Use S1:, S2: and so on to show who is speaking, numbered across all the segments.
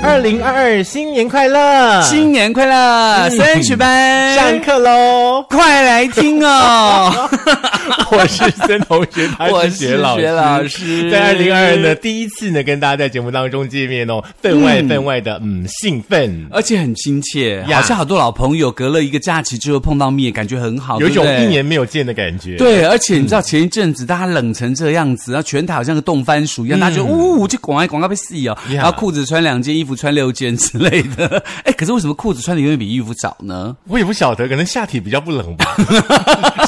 S1: 二零二二新年快乐！
S2: 新年快
S1: 嗯
S2: 乐，三十班
S1: 上课喽！
S2: 快来听哦！
S1: 我是曾同学，他
S2: 我
S1: 是学老师。
S2: 学老师，
S1: 在二零二二呢，，第一次呢跟大家在节目当中见面哦，分外分外的嗯兴奋，
S2: 而且很亲切，
S1: 呀
S2: 好像好多老朋友隔了一个假期之后碰到面，感觉很好，
S1: 有一种
S2: 对不对
S1: 一年嗯没有见的感觉。
S2: 对，而且你知道前一阵子大家冷成这样子，然后全台好像个冻番薯一
S1: 嗯
S2: 样，大家就呜，这广爱广告被洗哦，
S1: Yeah
S2: 然后裤子穿两件，衣服穿六件之类的。 哎，可是为什么裤子穿的永远比衣服少呢？
S1: 我也不晓得，可能下体比较不冷 吧，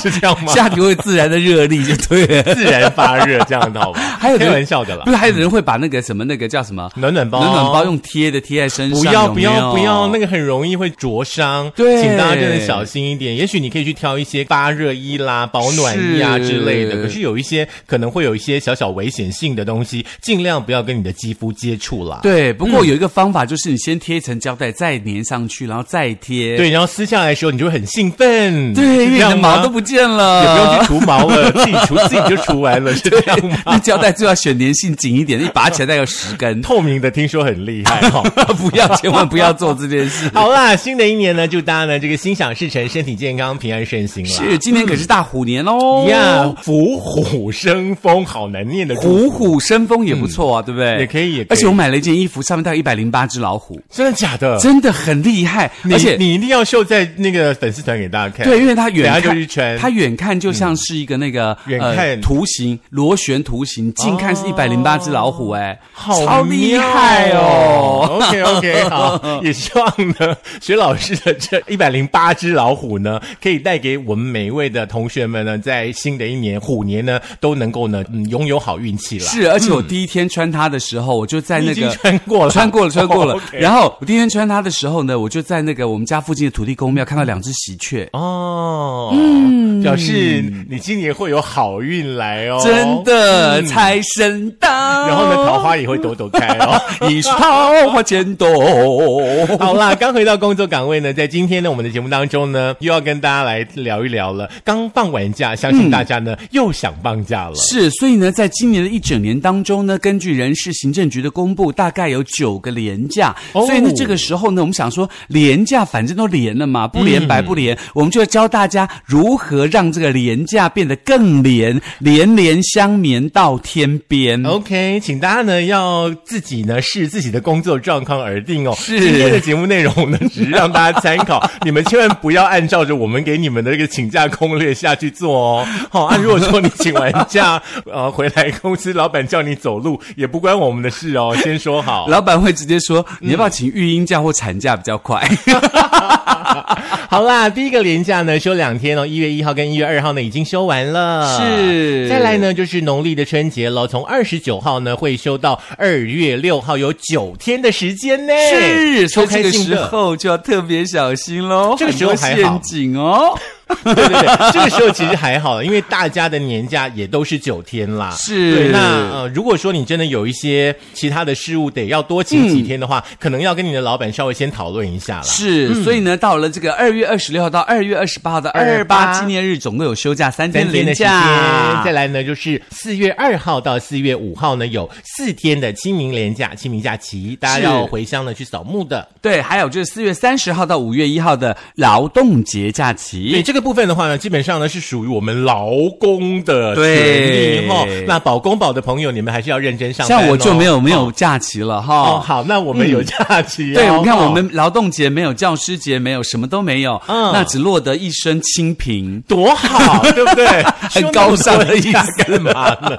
S1: 是这样吗？
S2: 下体会自然的热力，就对了。
S1: 自然发热这样的 好吧？
S2: 还 有
S1: 开
S2: 人
S1: 玩笑的啦
S2: 不，是还有人会把那个什么那个叫什么
S1: 暖暖包，
S2: 暖暖包用贴的贴在身上，
S1: 不要
S2: 有
S1: 不
S2: 没有
S1: 要不要，那个很容易会灼伤，
S2: 对
S1: 请大家真的小心一点。也许你可以去挑一些发热衣啦、保暖衣啊
S2: 是
S1: 之类的，可是有一些可能会有一些小小危险性的东西，尽量不要跟你的肌肤接触啦。
S2: 对，不
S1: 嗯
S2: 过有一个方法就是你先贴一层胶带，再粘上去，然后再贴。
S1: 对，然后撕下来的时候，你就会很兴奋，
S2: 对，因为
S1: 是这
S2: 你的
S1: 样吗
S2: 毛都不见了，
S1: 也不用去啊除毛 了，自己除自己就除完了，是这样吗？。
S2: 那胶带最好选粘性紧一点，一拔起来大概有十根
S1: 透明的听说很厉害哈、哦。
S2: 不要，千万不要做这 件事。
S1: 好啦，新的一年呢，祝大家呢这个心想事成，身体健康，平安顺心啦。
S2: 是，今年可是大虎年哦。
S1: 呀，虎虎生风，好难念的
S2: 虎虎生风也不错啊，对不对？
S1: 嗯也可以也可以
S2: 而且我买了一件衣服，上面大概一百零八只老虎，
S1: 真的假的？
S2: 真的很厉害。
S1: 呃你
S2: 而且
S1: 你一定要秀在那个粉丝团给大家看。
S2: 对，因为它远
S1: 等下就
S2: 看
S1: 去穿
S2: 它远看就像是一个那个、呃
S1: 远看哦
S2: 图形螺旋图形，近看是一百零八只老虎、哎、
S1: 好
S2: 超厉害哦！
S1: ！OK OK，好， 也希望呢，学老师的这一百零八只老虎呢，可以带给我们每一位的同学们呢，在新的一年虎年呢，都能够呢，嗯，拥有好运气啦。
S2: 是，而且我第一天穿它的时候，我就在那
S1: 你已经
S2: 个
S1: 穿过了
S2: 穿过了，穿过了
S1: 哦。，OK
S2: 然后我第一天穿它的时候呢，我就在那个我们家附近的土地公庙看到两只喜鹊，
S1: 哦，嗯，表示你今年会有好运来哦，
S2: 真。的财神到。
S1: 然后呢，桃花也会朵朵开哦。
S2: 一树桃花渐多。
S1: 好啦，刚回到工作岗位呢，在今天呢，我们的节目当中呢，又要跟大家来聊一聊了。刚放完假，相信大家呢、又想放假了。
S2: 嗯是，所以呢，在今年的一整年当中呢，根据人事行政局的公布，大概有九个连假。
S1: 哦嗯
S2: 所以呢，这个时候呢，我们想说，连假反正都连了嘛，不连白不连，我们就要教大家如何让这个连假变得更连，连连相绵到天边。
S1: OK，请大家呢要自己呢视自己的工作状况而定哦。
S2: 是
S1: 今天的节目内容呢，只是让大家参 考，你们千万不要按照着我们给你们的这个请假攻略下去做哦。好、啊，如果说你请完 假，呃，回来公司老板叫你走路，也不关我们的事哦。先说好。
S2: 老板会直接说，你要不要请育婴假或产假比较快？
S1: 好啦，第一个连假呢休两天哦，一月一号跟一月二号呢已经休完了。
S2: 是
S1: 再来呢就是农历的春节了，从二十九号呢会休到二月六号，有九天的时间呢。
S2: 是，所
S1: 超
S2: 以
S1: 开
S2: 这个
S1: 心
S2: 时
S1: 的。
S2: 候就要特别小心喽，
S1: 这个时候
S2: 很多
S1: 还好
S2: 陷阱哦。
S1: 对对对，这个时候其实还好，因为大家的年假也都是九天啦。
S2: 是
S1: 对，那呃，如果说你真的有一些其他的事物得要多请
S2: 嗯
S1: 几天的话，可能要跟你的老板稍微先讨论一下啦。
S2: 是，
S1: 嗯
S2: 所以呢，到了这个二月二十六号到二月二十八号的二二八
S1: 28
S2: 纪念日，总共有休假三
S1: 三
S2: 天
S1: 天
S2: 连
S1: 的时间
S2: 假。，
S1: 再来呢就是四月二号到四月五号呢有四天的清明连假、清明假期，大家
S2: 是
S1: 要回乡呢去扫墓的。
S2: 对，还有就是四月三十号到五月一号的劳动节假
S1: 对
S2: 期。
S1: 这个部分的话呢，基本上呢是属于我们劳工的权
S2: 对
S1: 利哈。那保公保的朋友，你们还是要认真上班、哦。
S2: 像我就没有没
S1: 哦
S2: 有假期了
S1: 哦，
S2: 哈。
S1: 好，那我们有假期、哦
S2: 嗯对，你看
S1: 哦
S2: 我们劳动节没有，教师节没有，什么都没有，
S1: 嗯
S2: 那只落得一身清贫。
S1: 多好，对 不对？
S2: 很高尚的意思
S1: 说那么多人家干嘛呢？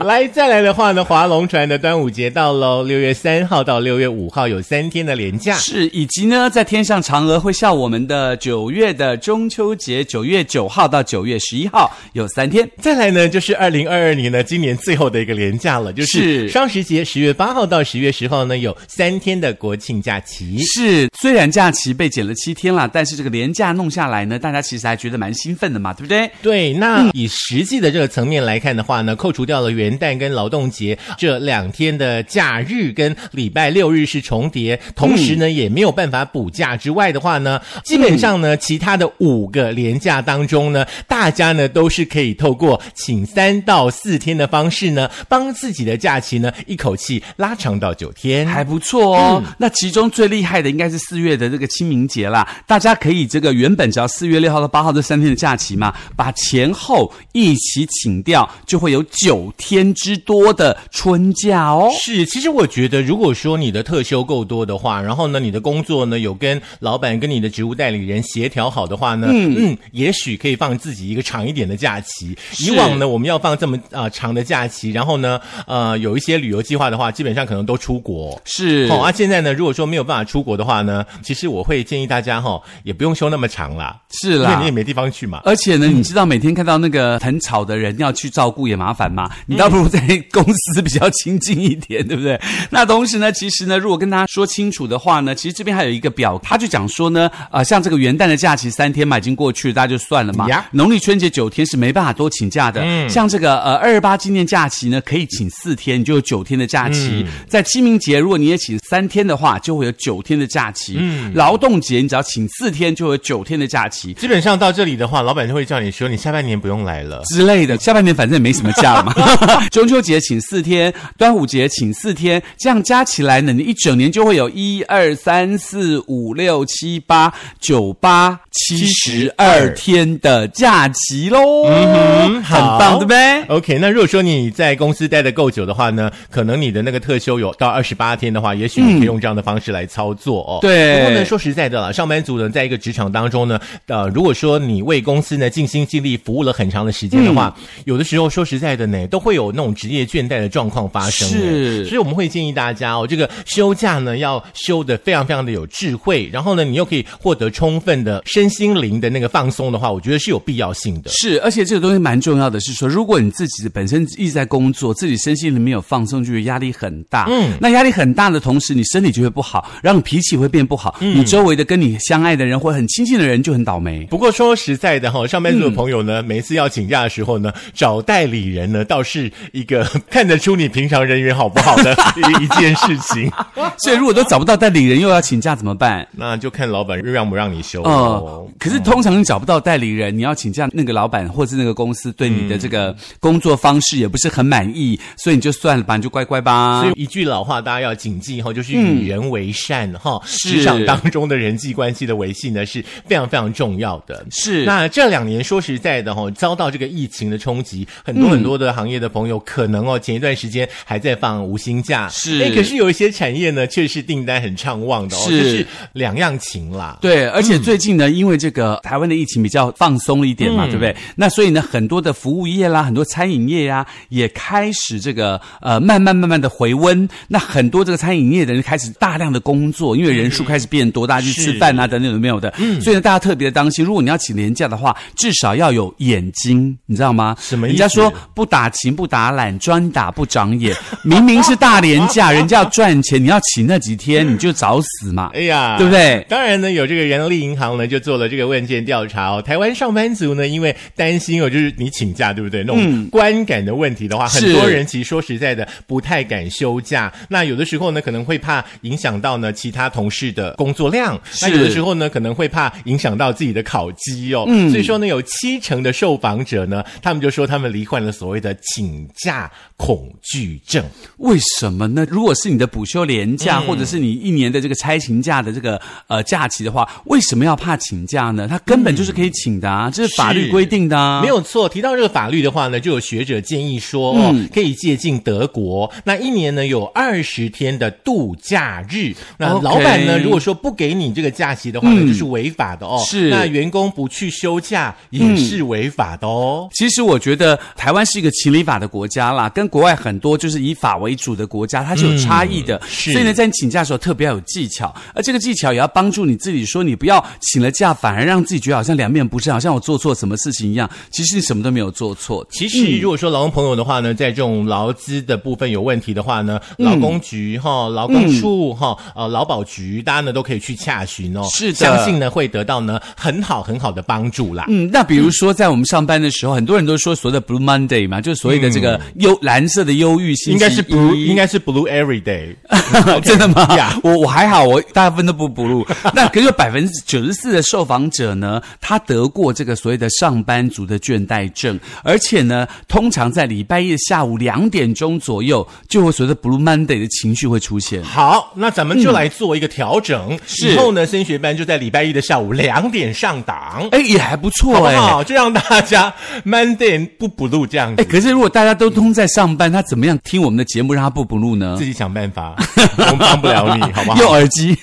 S1: 来，再来的话呢，划龙船的端午节到喽，六月三号到六月五号有三天的连假。
S2: 是，以及呢，在天上嫦娥会笑我们的九月的中秋节，九月九号到九月十一号有三天。
S1: 再来呢，就是二零二二年呢，今年最后的一个连假了，就是
S2: 是
S1: 双十节，十月八号到十月十号呢，有三天的国庆假期。
S2: 是，虽然假期被减了七天啦，但是这个连假弄下来呢，大家其实还觉得蛮兴奋的嘛，对不对？
S1: 对，那以实际的这个层面来看的话呢，扣除掉了元旦跟劳动节这两天的假日跟礼拜六日是重叠，同时呢、也没有办法补假之外的话呢，基本上呢其他的五个连假当中呢，大家呢都是可以透过请三到四天的方式呢，帮自己的假期呢一口气拉长到九天。
S2: 还不错哦。
S1: 嗯
S2: 那其中最厉害的应该是四月的这个清明节啦，大家可以这个原本只要四月六号到八号这三天的假期嘛，把前后一起请掉，就会有九天之多的春假哦。
S1: 是，其实我觉得，如果说你的特休够多的话，然后呢，你的工作呢有跟老板跟你的职务代理人协调好的话呢，嗯也许可以放自己一个长一点的假期。以往呢，我们要放这么啊、呃长的假期，然后呢，呃，有一些旅游计划的话，基本上可能都出国。
S2: 是，
S1: 好、啊，现在呢，如果说没有办法出国的话呢，其实我会建议大家哈、也不用休那么长啦，
S2: 是
S1: 因为
S2: 啦
S1: 你也。没地方去嘛。
S2: 而且呢，你知道每天看到那个很吵的人要去照顾也麻烦嘛，你倒不如在公司比较亲近一点，对不对？ 那同时呢，其实呢，如果跟大家说清楚的话呢，其实这边还有一个表，他就讲说呢，呃，像这个元旦的假期三天嘛已经过去了，大家就算了嘛
S1: 呀。
S2: 农历春节九天是没办法多请假的，像这个呃二二八纪念假期呢，可以请四天，你就有九天的假期。在清明节，如果你也请三天的话，就会有九天的假期。劳动节你只要请四天，就会有九天的假期。
S1: 基本上到这里的话，老板就会叫你说，你下半年不用来了。
S2: 之类的。下半年反正也没什么假了嘛， 中秋节请四天，端午节请四天，这样加起来呢，你一整年就会有一二三四五六七八九八七十二天的假期喽，
S1: 嗯哼
S2: 很
S1: 好
S2: 棒，对不对？
S1: OK，那如果说你在公司待的够久的话呢，可能你的那个特休有到二十八天的话，也许你可以用这样的方式来操作哦。
S2: 对
S1: 不过呢，说实在的啦，上班族呢，在一个职场当中呢，呃，如果说你为公司呢尽心尽力服务了很长的时间的
S2: 嗯
S1: 话，有的时候说实在的呢，都会有那种职业倦怠的状况发生。
S2: 是
S1: 所以我们会建议大家哦，这个休假呢要休的非常非常的有智慧，然后呢，你又可以获得充分的身心灵的那个放松的话，我觉得是有必要性的。
S2: 是，而且这个东西蛮重要的，是说，如果你自己本身一直在工作，自己身心里面有放松，就觉得压力很大。嗯，那压力很大的同时，你身体就会不好，然后你脾气会变不好，
S1: 嗯
S2: 你周围的跟你相爱的人或很亲近的人就很倒霉。
S1: 不过说实在的哈、上班族的朋友呢，每次要请假的时候呢，找代理人呢，倒是一个 看得出你平常人缘好不好的 一一件事情。
S2: 所以如果都找不到代理人，又要请假怎么办？
S1: 那就看老板让不让你休
S2: 呃
S1: 哦。，
S2: 可是通常你找不到代理人，你要请假，那个老板或是那个公司对你的这个工作方式也不是很满意，所以你就算了吧，你就乖乖吧
S1: 所以。一句老话，大家要谨记哈，就是与人为善哈。职场当中的人际关系的维系呢，是非常非常重要的。
S2: 是
S1: 那这两年说实在的哈、遭到这个疫情的冲击，很多很多的行业的朋友、可能哦，前一段时间还在放无薪假，
S2: 是
S1: 哎，可是有一些产业呢，却是订单很畅旺的哦，
S2: 是
S1: 就是两样情啦。
S2: 对，而且最近呢，因为这
S1: 嗯
S2: 个台湾的疫情比较放松了一点嘛，对不对？那所以呢，很多的服务业啦，很多餐饮业呀、也开始这个呃，慢慢慢慢的回温。那很多这个餐饮业的人开始大量的工作，因为人数开始变多，大家去吃
S1: 是
S2: 饭啊等等有没有的。
S1: 嗯
S2: 所以呢，大家特别的当心，如果你要请年假的话，至少要有眼睛，你知道吗？
S1: 什么意
S2: 人
S1: 思
S2: 家说不打勤不打懒，专打不长眼。明明是大年 假，人家要赚钱，你要请那几天，你就找死嘛。
S1: 哎呀，
S2: 对不对
S1: 当然呢，有这个人力银行呢就做了这个问卷调查哦。台湾上班族呢，因为担心哦，就是你请假对不对？那
S2: 嗯
S1: 种观感的问题的话，
S2: 是
S1: 很多人其实说实在的不太敢休假。那有的时候呢，可能会怕影响到呢其他同事的工作量；那
S2: 是
S1: 有的时候呢，可能会怕影响到自己的烤鸡哦。
S2: 嗯
S1: 所以说呢，有七成的受访者呢，他们就说他们罹患了所谓的请假恐惧症。
S2: 为什么呢？如果是你的补休连假，
S1: 嗯
S2: 或者是你一年的这个差勤假的这个呃假期的话，为什么要怕请假呢？他根本就是可以请的啊，这是法律规定的
S1: 嗯
S2: 啊。嗯
S1: 没有错，提到这个法律的话呢，就有学者建议说，哦，可以借鉴德国，那一年呢有二十天的度假日。那
S2: OK 嗯
S1: 老板呢，如果说不给你这个假期的话呢，就是违法的哦。
S2: 是
S1: 那员工不去休假也是违法的哦。
S2: 其实我觉得台湾是一个情理法的国家啦，跟国外很多就是以法为主的国家，它是有差异的。
S1: 嗯是
S2: 所以呢，在你请假的时候特别要有技巧，而这个技巧也要帮助你自己，说你不要请了假，反而让自己觉得好像两面不是，好像我做错什么事情一样。其实你什么都没有做错。
S1: 其实，
S2: 嗯
S1: 如果说劳工朋友的话呢，在这种劳资的部分有问题的话呢，
S2: 嗯
S1: 劳工局哈、劳工处哈、呃劳保局，大家呢都可以去洽询哦。
S2: 是的
S1: 相信呢会得到呢很好很好的帮助啦。
S2: 嗯，那比如说在我们上班的时候，很多人都说所谓的
S1: 嗯
S2: Blue Monday 嘛，就是所谓的这个忧蓝色的忧郁星期一，
S1: 应该是 blue，应该是 blue every day。
S2: 真的吗
S1: Yeah
S2: 我我还好，我大部分都不补录。 那可是有百分之九十四的受访者呢，他得过这个所谓的上班族的倦怠症，而且呢，通常在礼拜一的下午两点钟左右，就会随着 Blue Monday 的情绪会出现。
S1: 好，那咱们就来做一个调整。
S2: 是
S1: 以后呢，升学班就在礼拜一的下午两点上档，
S2: 哎，也还不
S1: 好
S2: 错
S1: 不
S2: 哎、
S1: 好？就让大家 Monday 不补录这样
S2: 哎，
S1: 子，
S2: 可是如果大家都通在上班，他怎么样听我们的节目让他不补录呢
S1: 自？己想办 法，我们帮不了你，好不
S2: 用
S1: 好？
S2: 耳机。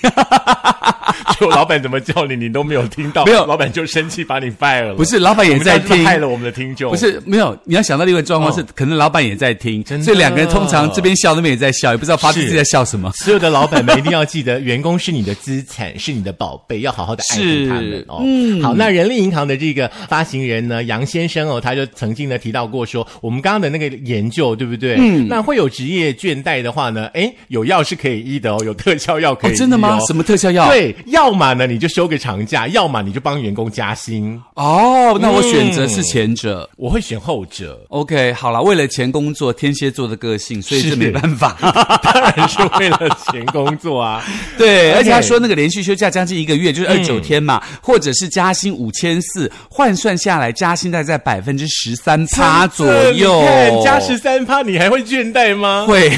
S1: 就老板怎么叫你，你都没有听到，
S2: 没有
S1: 老板就生气把你 fire 了。
S2: 不是老板也
S1: 我们这样
S2: 在
S1: 是不是
S2: 听
S1: 害了我们的听众。
S2: 不是没有，你要想到另外一个状况是，可能老板也在听，
S1: 哦真的
S2: 所以两个人通常这边笑那边也在笑，也不知道发自
S1: 是
S2: 己在笑什么。
S1: 所有的老板们一定要记得，员工是你的资产，是你的宝贝，要好好的爱护他们
S2: 是
S1: 哦。
S2: 嗯
S1: 好，那人力银行的这个发行人呢，杨先生哦，他就曾经呢提到过说，我们刚刚的那个研究，对不对？嗯，那会有职业倦怠的话呢，诶，有药是可以医的哦，有特效药可以医、
S2: 哦真的吗？什么特效药？，
S1: 对，要么呢你就休个长假，要么你就帮员工加薪。
S2: 哦，那我
S1: 嗯
S2: 选择是前者。
S1: 我会选后 者。
S2: OK，好了，为了钱工作，天蝎座的个性，所以
S1: 是啊
S2: 这没办 法。
S1: 当然是为了钱工作啊，
S2: 对，
S1: OK
S2: 而且他说那个连续休假将近一个月，就是二九天嘛，或者是加薪五千四，换算下来加薪大概在百分之十三趴左右
S1: 你，看加十三趴，你还会倦怠吗？
S2: 会。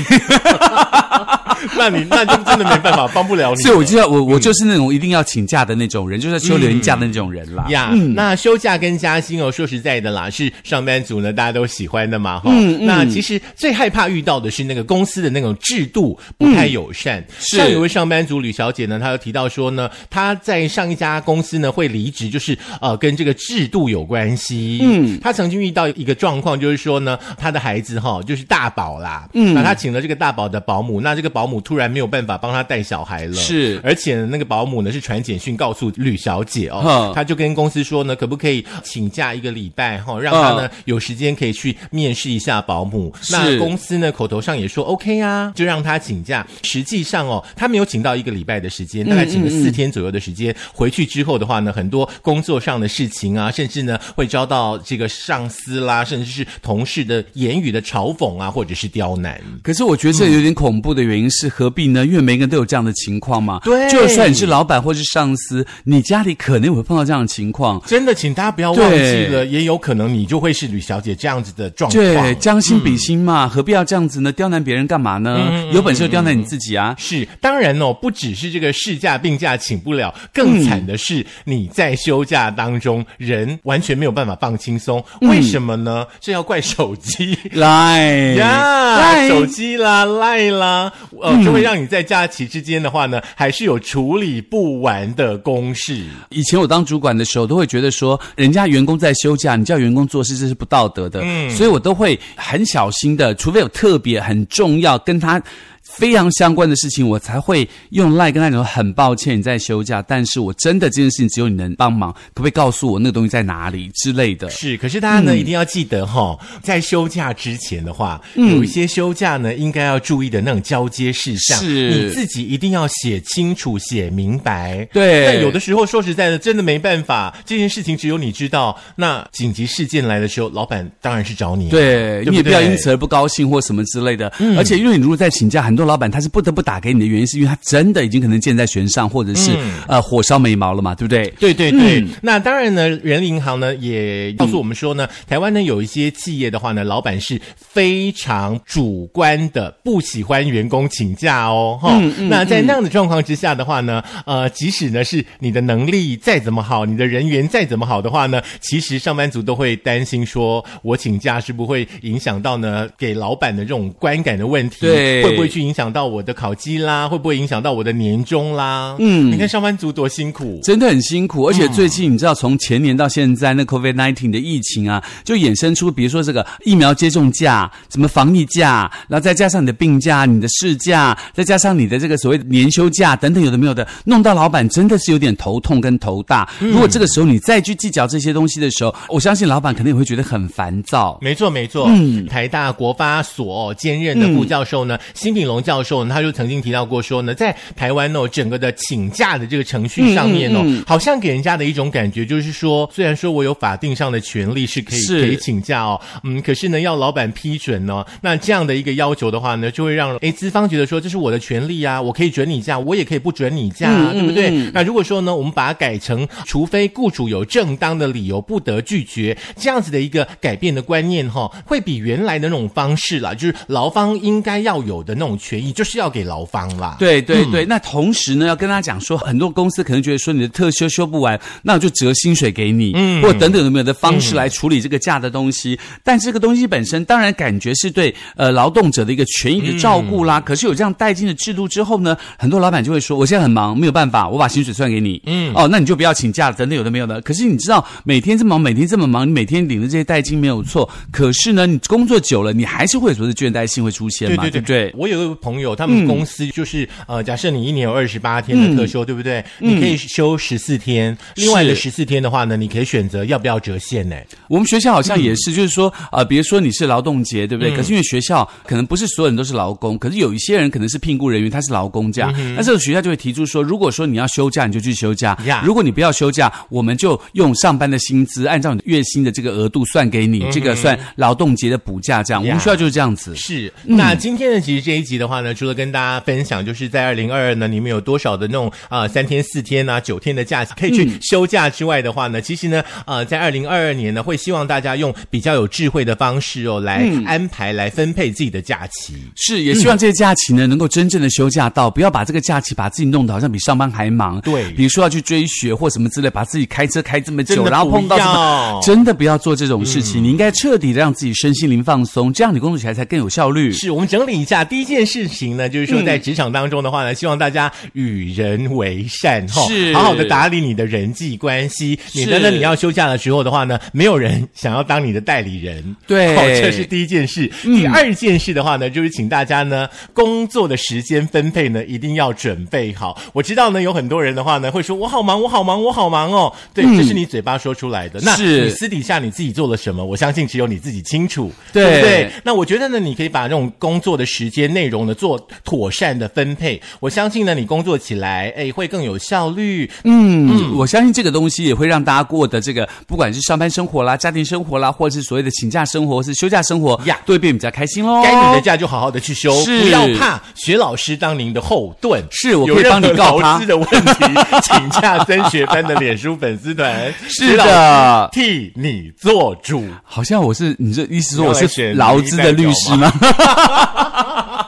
S1: 那你那就真的没办法，帮不哦了你。嗯
S2: 所以我就要我我就是那种一定要请假的那种人，就是要休年假的那种人啦。
S1: 呀那休假跟加薪哦，说实在的啦，是上班族呢大家都喜欢的嘛哈、那其实最害怕遇到的是那个公司的那种制度不太友善。
S2: 是
S1: 像有位上班族吕小姐呢，她有提到说呢，她在上一家公司呢会离职，就是呃跟这个制度有关系。嗯，她曾经遇到一个状况，就是说呢，她的孩子哈、就是大宝啦，嗯，那她请了这个大宝的保姆，那这个保姆突然没有办法帮她带小孩了，
S2: 是
S1: 而且呢那个保姆呢是传简讯告诉吕小姐哦
S2: 哼，
S1: 她就跟公司说呢，可不可以请假一个礼拜哈、让她呢、有时间可以去面试一下保姆。那
S2: 嗯是
S1: 公司呢口头上也说 OK 啊，就让她请假。实际上哦，她没有请到一个礼拜的时间，
S2: 嗯
S1: 大概请了四天左右的时间。回去之后的话呢，很多工作上的事情啊，甚至呢会遭到这个上司啦，甚至是同事的言语的嘲讽啊，或者是刁难。
S2: 可是我觉得这有点恐怖的原因是何必呢？因为每个人都有这样的情况嘛。
S1: 对
S2: 就算你是老板或是上司，你家里可能会碰到这样的情况。
S1: 真的，请大家不要忘记
S2: 对
S1: 了，也有可能你就会是吕小姐这样子的状况。
S2: 对，将心比心嘛，
S1: 嗯
S2: 何必要这样子呢？刁难别人干嘛呢？有本事就刁难你自己啊！
S1: 是，当然哦，不只是这个事假病假请不了，更惨的是你在休假当中，人完全没有办法放轻松。为什么呢？这要怪手机。
S2: 来
S1: 呀，
S2: 来
S1: 手机啦、赖啦，呃，就会让你在假期之间的话呢，还是有处理不完的公事。
S2: 以前我当主管的时候，都会觉得说，人家员工在休假，你叫员工做事，这是不道德的。所以我都会很小心的，除非有特别很重要跟他。非常相关的事情，我才会用赖跟他讲说，很抱歉你在休假，但是我真的这件事情只有你能帮忙，可不可以告诉我那个东西在哪里之类的？
S1: 是，可是大家呢、一定要记得哈、在休假之前的话，有一些休假呢应该要注意的那种交接事项，
S2: 是
S1: 你自己一定要写清楚、写明白。
S2: 对
S1: 但有的时候说实在的，真的没办法，这件事情只有你知道。那紧急事件来的时候，老板当然是找你。。
S2: 对
S1: 对不
S2: 你也不要
S1: 对
S2: 因此而不高兴或什么之类的。而且，因为你如果在请假，很多老板他是不得不打给你的原因，是因为他真的已经可能箭在弦上，或者是、呃火烧眉毛了嘛，对不对？
S1: 对对对，那当然呢，人民银行呢也告诉我们说呢，台湾呢有一些企业的话呢，老板是非常主观的，不喜欢员工请假哦，哈、那在那样的状况之下的话呢，呃，即使呢是你的能力再怎么好，你的人缘再怎么好的话呢，其实上班族都会担心说，我请假是不会影响到呢给老板的这种观感的问题，
S2: 对
S1: 会不会去影响到我的考绩啦？会不会影响到我的年终啦？嗯，你看上班族多辛苦。
S2: 真的很辛苦，而且最近你知道，从前年到现在，那 COVID nineteen 的疫情啊，就衍生出比如说这个疫苗接种假、什么防疫假，然后再加上你的病假、你的事假，再加上你的这个所谓的年休假等等，有的没有的，弄到老板真的是有点头痛跟头大。如果这个时候你再去计较这些东西的时候，我相信老板肯定也会觉得很烦躁。
S1: 没错，没错。台大国发所、兼任的副教授呢，辛炳龙荣教授呢，他就曾经提到过说呢，在台湾哦，整个的请假的这个程序上面哦，好像给人家的一种感觉就是说，虽然说我有法定上的权利是可以
S2: 是
S1: 可以请假哦，嗯，可是呢，要老板批准呢、那这样的一个要求的话呢，就会让诶资方觉得说这是我的权利啊，我可以准你假，我也可以不准你假、啊，对不对？那如果说呢，我们把它改成，除非雇主有正当的理由不得拒绝，这样子的一个改变的观念哈、会比原来的那种方式啦，就是劳方应该要有的那种权益，就是要给劳方啦。
S2: 对对
S1: 嗯
S2: 对，那同时呢，要跟他讲说，很多公司可能觉得说你的特休休不完，那我就折薪水给你，嗯，或等等有没有的方式来处理这个假的东西。
S1: 嗯
S2: 但这个东西本身当然感觉是对呃劳动者的一个权益的照顾
S1: 嗯
S2: 啦。可是有这样带进的制度之后呢，很多老板就会说，我现在很忙，没有办法，我把薪水算给你，嗯，哦，那你就不要请假了，等等有的没有的。可是你知道，每天这么忙，每天这么忙，你每天领的这些代金没有错，可是呢，你工作久了，你还是会有所谓的倦怠性会出现嘛，
S1: 对
S2: 不对？嗯
S1: 我有一个朋友，他们公司就是、呃，假设你一年有二十八天的特休，对不对？你可以休十四天，另外的十四天的话呢，你可以选择要不要折现呢、
S2: 我们学校好像也
S1: 嗯
S2: 是，就是说，呃，比如说你是劳动节，对不对？可是因为学校可能不是所有人都是劳工，可是有一些人可能是聘雇人员，他是劳工
S1: 嗯
S2: 假。那这个学校就会提出说，如果说你要休假，你就去休假
S1: 呀；
S2: 如果你不要休假，我们就用上班的薪资，按照你的月薪的这个额度算给你，这个算劳动节的补假。这样，我
S1: 嗯呀
S2: 们学校就是这嗯样子。
S1: 是，那今天呢，其实这一集的话呢，除了跟大家分享，就是在二零二二呢，你们有多少的那种啊三、天、四天啊、九天的假可以
S2: 嗯
S1: 去休假之外的话呢，其实呢，呃，在二零二二年呢，会希望大家用比较有智慧的方式哦，来
S2: 嗯
S1: 安排、来分配自己的假期。
S2: 是，也希
S1: 嗯
S2: 望这个假期呢，能够真正的休假到，不要把这个假期把自己弄得好像比上班还忙。
S1: 对
S2: 比如说要去追雪或什么之类，把自己开车开这么
S1: 真
S2: 久，
S1: 的
S2: 然后
S1: 不
S2: 碰到什
S1: 要嗯
S2: 么，真的不要做这种事情。你应该彻底的让自己身心灵放松，这样你工作起来才更有效率。
S1: 是我们整理一下，第一件事情呢，就是
S2: 嗯
S1: 说在职场当中的话呢，希望大家与人为善哈，
S2: 是
S1: 好好的打理你的人际关系。你真的
S2: 是
S1: 你要休假的时候的话呢，没有人想要当你的代理人，
S2: 对嗯
S1: 好这是第一件事。第二件事的话呢，就是请大家呢工作的时间分配呢一定要准备好。我知道呢有很多人的话呢会说我好忙，我好忙，我好忙哦，对，这是你嘴巴说出来的。那
S2: 嗯是
S1: 你私底下你自己做了什么，我相信只有你自己清楚，
S2: 对
S1: 不对？那我觉得呢，你可以把这种工作的时间内容呢做妥善的分配。我相信呢，你工作起来，哎，会更有效率。
S2: 嗯，我相信这个东西也会让大家过的这个，不管是上班生活啦、家庭生活啦，或者是所谓的请假生活、或是休假生活，
S1: 呀
S2: 都会变比较开心喽。
S1: 该你的假就好好的去休，
S2: 是
S1: 不要怕学老师当您的后盾。
S2: 是我
S1: 有
S2: 可以
S1: 任
S2: 帮你
S1: 何
S2: 告
S1: 劳
S2: 他
S1: 资的问题，请假曾学班的脸书粉丝 团，
S2: 是
S1: 徐老
S2: 的
S1: 师替你做主。
S2: 好像我是你这意思说我
S1: 你要来选
S2: 是劳资的律师吗？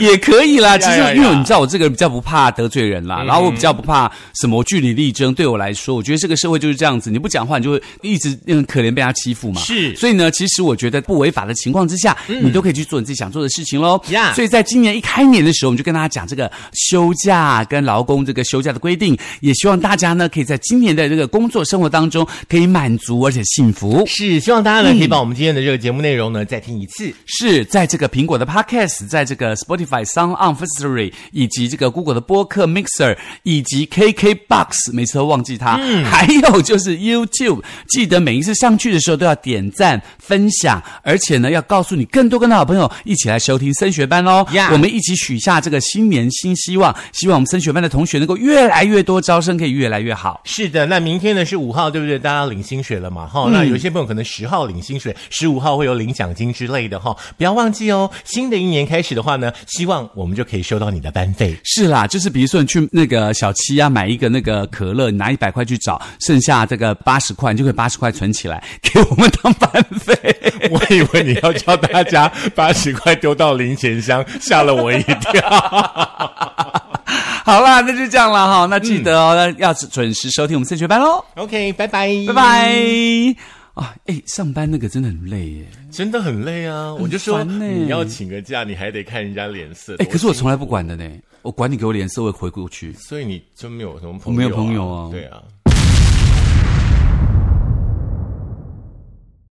S2: 也可 以啦，其实
S1: 呀嗯呀呀
S2: 因为你知道我这个人比较不怕得罪人啦，然后我比较不怕什么据理力争。对我来说，我觉得这个社会就是这样子，你不讲话，你就会一直嗯可怜被他欺负嘛。
S1: 是嗯
S2: 所以呢，其实我觉得不违法的情况之下，你都可以去做你自己想做的事情喽。
S1: 呀
S2: 所以在今年一开年的时候，我们就跟大家讲这个休假跟劳工这个休假的规定，也希望大家呢可以在今年的这个工作生活当中可以满足而且幸福。
S1: 是，希望大家呢可以把我们今天的这个节目内容呢再听一次。
S2: 是在这个苹果的 Podcast，在这个 Spotify、Sound On、f i s t o r y 以及这个 Google 的播客 Mixer，以及 KKBox，每次都忘记它。还有就是 YouTube，记得每一次上去的时候都要点赞、分享，而且呢，要告诉你更多更多的好朋友一起来收听升学班哦。
S1: 呀
S2: 我们一起许下这个新年新希望，希望我们升学班的同学能够越来越多招生，可以越来越好。
S1: 是的，那明天呢是五号，对不对？大家领薪水了嘛？哈、那有一些朋友可能十号领薪水，十五号会有领奖金之类的哈、不要忘记哦。新的一年开始的话呢，希望我们就可以收到你的班费。
S2: 是啦，就是比如说你去那个小七啊，买一个那个可乐，你拿一百块去找，剩下这个八十块，你就可以八十块存起来， 给我们当班费。
S1: 我以为你要叫大家把十块丢到零钱箱，吓了我一跳。
S2: 好啦，那就这样了哈，那记得哦，那要准时收听我们升学班喽，
S1: OK，拜拜，
S2: 拜拜。啊，哎，上班那个真的很累耶。
S1: 真的很累啊！我就说
S2: 烦欸
S1: 你要请个假，你还得看人家脸色。
S2: 哎，可是我从来不管的呢，我管你给我脸色，我也回过去。
S1: 所以你就没有什么朋友、啊，
S2: 我没有朋友啊
S1: 对啊。